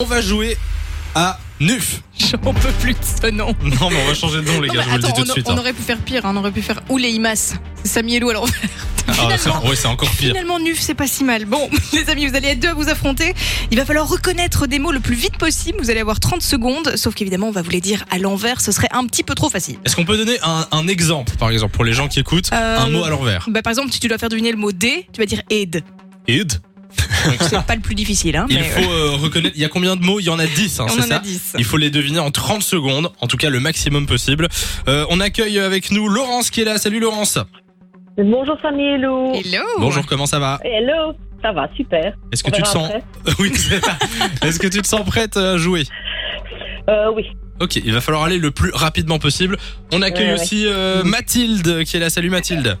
On va jouer à Nuf. J'en peux plus de ce nom. Non, mais on va changer de nom, les Non, gars, je mais vous le dis attends, tout on, de suite. on hein. aurait pu faire pire, hein, on aurait pu faire Oulé Imas. C'est Samy Elou à l'envers. Ah, c'est ouais, c'est encore pire. Finalement, Nuf, c'est pas si mal. Bon, les amis, vous allez être deux à vous affronter. Il va falloir reconnaître des mots le plus vite possible. Vous allez avoir 30 secondes, sauf qu'évidemment, on va vous les dire à l'envers. Ce serait un petit peu trop facile. Est-ce qu'on peut donner un, un exemple, par exemple, pour les gens qui écoutent Euh, Un mot à l'envers. Bah, par exemple, si tu dois faire deviner le mot D, tu vas dire aide. Id. C'est pas le plus difficile. Hein, Il mais, faut euh, euh, reconnaître. Il y a combien de mots Il y en a 10, hein, on c'est en a ça 10. Il faut les deviner en 30 secondes, en tout cas le maximum possible. Euh, on accueille avec nous Laurence qui est là. Salut Laurence. Bonjour Samy et Lou. Hello. Bonjour, comment ça va Hello. Ça va, super. Est-ce On que tu te verra sens. après. Oui, c'est ça. Est-ce que tu te sens prête à jouer Euh, oui. Ok, il va falloir aller le plus rapidement possible. On accueille Ouais, ouais. aussi euh, Mm. Mathilde qui est là. Salut Mathilde.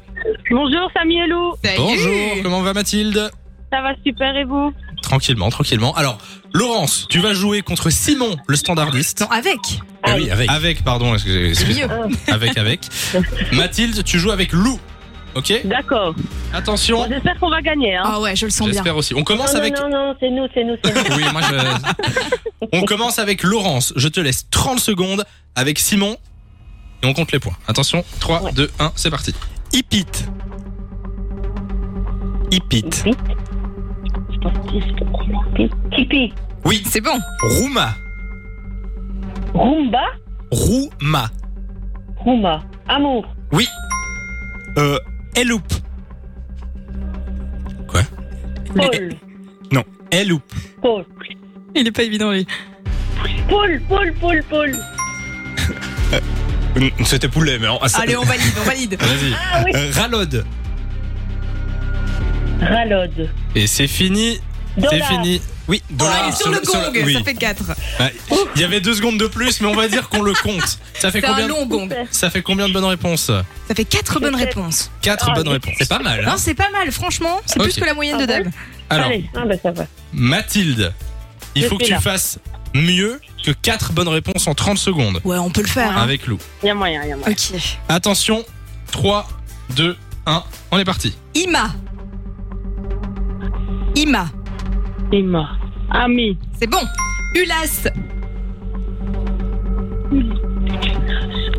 Bonjour Samy et Lou. Salut. Bonjour, comment va Mathilde Ça va super et vous Tranquillement, tranquillement. Alors, Laurence, tu vas jouer contre Simon, le standardiste. Non, avec. Ah oui, avec. Avec, pardon, excusez- C'est excusez- mieux. avec, avec. Mathilde, tu joues avec Lou. Ok D'accord. Bon, Attention, J'espère qu'on va gagner. Hein. Ah ouais, je le sens bien. j'espère aussi. On commence non, avec. non, non, c'est nous, c'est nous, c'est nous. Oui, moi je. On commence avec Laurence. Je te laisse 30 secondes avec Simon. Et on compte les points. Attention, 3, Ouais. 2, 1, c'est parti. Hippite. Hippite. Vite. Je pense que je peux prendre vite. Tipeee. Oui. C'est bon. Rouma. Roomba. Rouma. Roomba. Amour. Oui. Euh, Eloup. Paul. Eloup. Paul. Il est pas évident, lui. Paul, Paul, Paul, Paul. C'était poulet, mais on... ah, c'est- Allez, on valide, on valide. Vas-y. Ah oui. Euh, Ralode. Ralode. Et c'est fini. C'est Dollar. fini. Oui, dollar. Allez, Ah, sur le gong, oui. ça fait 4. Ouais. Il y avait deux secondes de plus, mais on va dire qu'on le compte. Ça fait C'est un combien long gong. Ça fait combien de bonnes réponses Ça fait 4 bonnes Sept. réponses. Quatre Ah, bonnes oui. réponses. C'est pas mal. Non, c'est pas mal, franchement. C'est Ok. plus que la moyenne Ah de bon Dab. Alors, Allez, ah ben ça va. Mathilde, il Je faut que suis tu là. fasses mieux que quatre bonnes réponses en 30 secondes Ouais, on peut le faire. hein. avec Lou. Il y a moyen, il y a moyen. Ok. Attention, 3, 2, 1, on est parti. Ima. Ima. Emma. Ami. C'est bon. Ulas.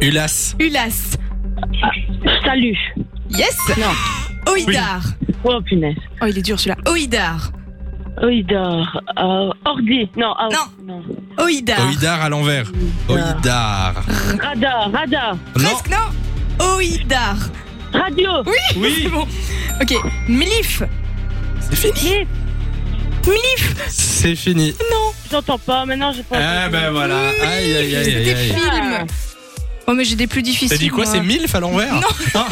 Ulas. Ulas. Salut. Yes. Non. Oïdar. Oh punaise. Oh, il est dur celui-là. Oïdar. Oidor. Euh, Ordi. Non, ah, non. Oïdar. Oïdar à l'envers. Oïdar. Radar, radar. Non. Ah. Presque, non. Oïdar. Radio. Oui. C'est bon. Ok. Mlif. C'est fini. Yes. C'est fini. Non. J'entends pas, maintenant j'ai pas. Eh ben voilà. Aïe aïe aïe aïe. Ah, bah, C'était aïe. film. Oh, mais j'ai des plus difficiles. T'as dit quoi moi. C'est MILF à l'envers Non. Ah.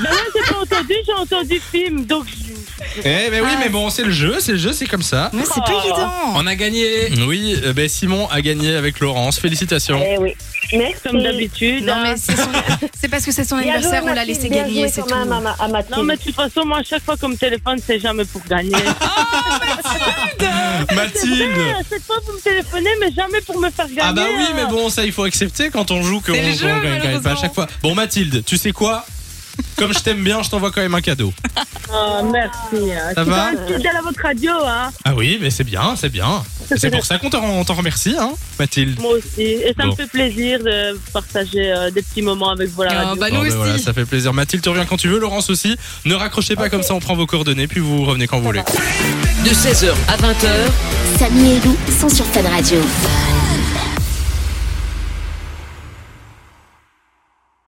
Ben non, j'ai pas entendu, j'ai entendu film, donc je- Eh ben oui, Ah. mais bon, c'est le jeu, c'est le jeu, c'est comme ça. Ouais, c'est pas Oh. évident. On a gagné. Oui, euh, ben Simon a gagné avec Laurence. Félicitations. Eh oui. Merci. Comme d'habitude. Non, hein. mais c'est son- c'est parce que c'est son anniversaire, on l'a laissé gagner, c'est tout. Non, mais de toute façon, moi, à chaque fois comme téléphone, c'est jamais pour gagner. Ah, Eh, Mathilde. Ah, Cette fois, vous me téléphonez, mais jamais pour me faire gagner. Ah bah oui, hein. mais bon, ça il faut accepter quand on joue qu'on C'est le qu'on jeu, gagne quand même pas à malheureusement. chaque fois. Bon Mathilde, tu sais quoi Comme je t'aime bien, je t'envoie quand même un cadeau. Ah, merci. hein. Ça Je suis va quand même fidèle à votre radio, hein. Ah oui, mais c'est bien, c'est bien. C'est pour ça qu'on t'en on t'en remercie, hein, Mathilde. Moi aussi. Et ça Bon. me fait plaisir de partager euh, des petits moments avec vous, la Ah, radio. bah, nous Bon, ben aussi. voilà, ça fait plaisir. Mathilde, tu reviens quand tu veux. Laurence aussi. Ne raccrochez pas comme ça, on prend vos coordonnées, puis vous revenez quand vous voulez. de 16h à 20h. Samy et Lou sont sur Fan Radio.